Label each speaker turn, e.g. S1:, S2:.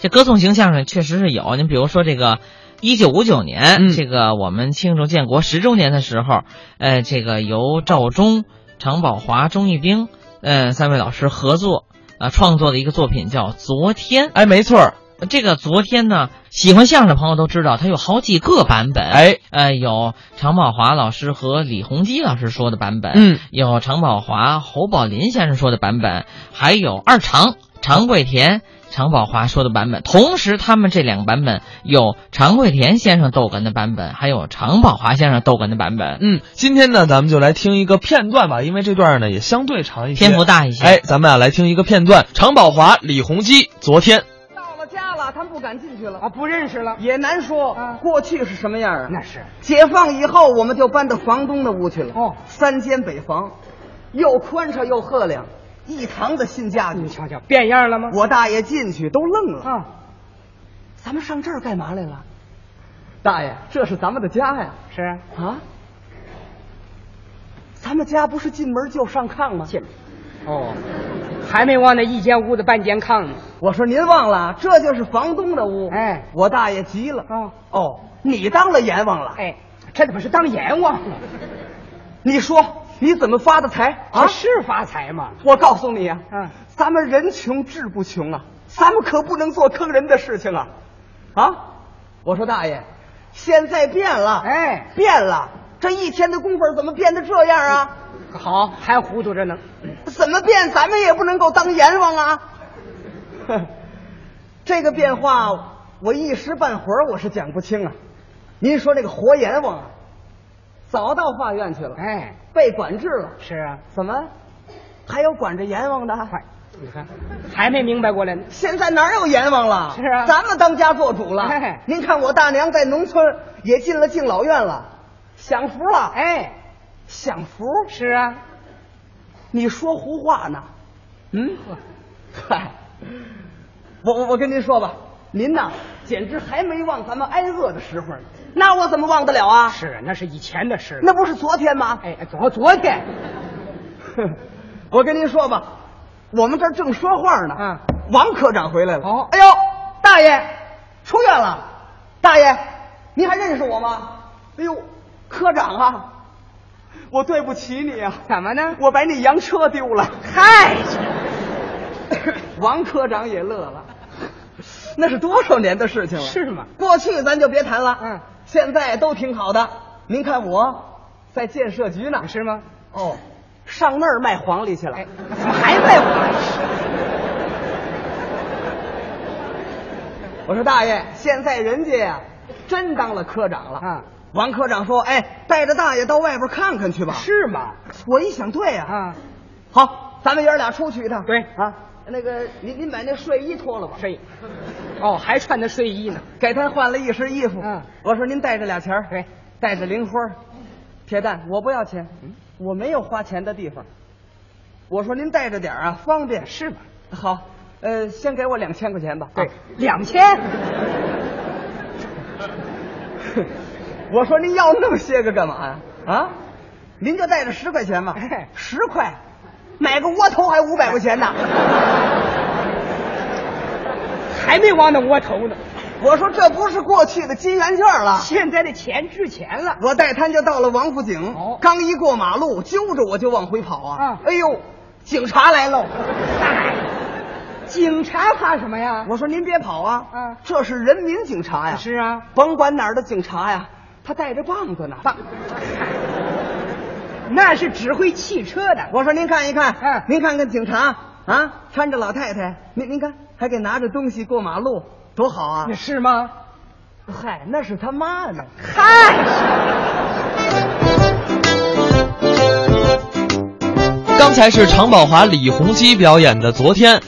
S1: 这歌颂型相声确实是有，您比如说这个。一九五九年，
S2: 嗯
S1: 这个我们庆祝建国十周年的时候，呃，这个由赵忠、常宝华、钟义兵，呃，三位老师合作啊、呃创作的一个作品叫《昨天》。
S2: 哎，没错儿，
S1: 这个昨天呢，喜欢相声的朋友都知道，它有好几个版本。，
S2: 哎，
S1: 呃，有常宝华老师和李洪基老师说的版本，
S2: 嗯，
S1: 有常宝华、侯宝林先生说的版本，还有二常常贵田、常宝华说的版本。同时，他们这两个版本有常贵田先生逗哏的版本，还有常宝华先生逗哏的版本，
S2: 嗯，今天呢，咱们就来听一个片段吧，因为这段呢也相对长一些，
S1: 篇幅大一些。
S2: 哎，咱们啊来听一个片段，常宝华、李洪基昨天，
S3: 到了家了，他们不敢进去了
S4: 啊，，不认识了，
S3: 也难说、
S4: 啊
S3: 过去是什么样啊。
S4: 那是
S3: 解放以后，我们就搬到房东的屋去了。
S4: 哦
S3: 三间北房，又宽敞又赫亮，一堂的新家具
S4: 你。瞧瞧，啊变样了吗？
S3: 我大爷进去都愣了，
S4: 啊，
S3: 咱们上这儿干嘛来了？大爷，这是咱们的家呀！
S4: 是啊
S3: 啊，咱们家不是进门就上炕吗？
S4: 进哦，还没往那一间屋子半间炕呢。
S3: 我说您忘了，这就是房东的屋。
S4: 哎
S3: 我大爷急了。
S4: 哦
S3: 哦，你当了阎王了？
S4: 哎，这怎么是当阎王了？
S3: 你说你怎么发的财啊
S4: 这是发财吗？
S3: 我告诉你啊，
S4: 嗯
S3: 咱们人穷志不穷啊，咱们可不能做坑人的事情啊！啊，我说大爷，现在变了，
S4: 哎
S3: 变了，这一天的功夫怎么变得这样啊？
S4: 好，还糊涂着呢。
S3: 怎么变？咱们也不能够当阎王啊！ 这个变化，我一时半会儿我是讲不清啊。您说这个活阎王啊，早到法院去了，
S4: 哎，
S3: 被管制了，
S4: 是啊，
S3: 怎么还有管着阎王的？
S4: 快，你看，还没明白过来呢。
S3: 现在哪有阎王了？
S4: 是啊
S3: 咱们当家做主了。
S4: 哎
S3: 您看我大娘在农村也进了敬老院了，享福了。，
S4: 哎，
S3: 享福？
S4: 是啊，
S3: 你说胡话呢？
S4: 嗯，
S3: 嗨，我我我跟您说吧，您呐，简直还没忘咱们挨饿的时候呢。那我怎么忘得了啊？
S4: 是那是以前的事。
S3: 那不是昨天吗？
S4: 哎，昨 昨天，
S3: 我跟您说吧，我们这儿正说话呢。
S4: 嗯，
S3: 王科长回来了。
S4: 哦
S3: 哎呦，大爷出院了。大爷，您还认识我吗？哎呦，科长啊，我对不起你啊，
S4: 怎么呢？
S3: 我把你洋车丢了。
S4: 嗨，
S3: 王科长也乐了，那是多少年的事情了？
S4: 是吗？
S3: 过去咱就别谈了，
S4: 嗯，
S3: 现在都挺好的。您看我在建设局呢，
S4: 是吗？
S3: 哦，上那儿卖黄历去了。
S4: 哎，怎么还在我？
S3: 我说大爷，现在人家呀，真当了科长了。
S4: 啊，
S3: 王科长说：“哎，带着大爷到外边看看去吧。”
S4: 是吗？
S3: 我一想，对呀、
S4: 啊，
S3: 好，咱们爷儿俩出去一趟。
S4: 对
S3: 啊，那个您您把那睡衣脱了吧，
S4: 睡，哦，还穿的睡衣呢。
S3: 给他换了一身衣服。
S4: 嗯，
S3: 我说您带着俩钱儿，
S4: 对，
S3: 带着零花儿，铁蛋，我不要钱，
S4: 嗯
S3: 我没有花钱的地方。我说您带着点儿啊，方便。
S4: 是吧？
S3: 好，呃，先给我两千块钱吧。
S4: 对
S3: 啊，
S4: 两千，
S3: 我说您要那么些个干嘛呀？啊，您就带着十块钱吧
S4: 哎，
S3: 十块，买个窝头还五百块钱呢。
S4: 还没往那窝头呢。
S3: 我说这不是过去的金元券了。
S4: 现在的钱值钱了，
S3: 我带他就到了王府井，
S4: 哦
S3: 刚一过马路，揪着我就往回跑啊！
S4: 啊
S3: 哎呦，警察来喽！
S4: 警察怕什么呀？
S3: 我说您别跑啊，
S4: 嗯
S3: 这是人民警察呀，
S4: 是啊，
S3: 甭管哪儿的警察呀，他带着棒子呢。
S4: 棒，那是指挥汽车的。
S3: 我说您看一看，
S4: 嗯
S3: 您看看警察啊，搀着老太太，您您看还给拿着东西过马路，多好啊！
S4: 是吗？
S3: 嗨，那是他妈呢。
S4: 嗨，
S2: 刚才是常宝华、李洪基表演的昨天。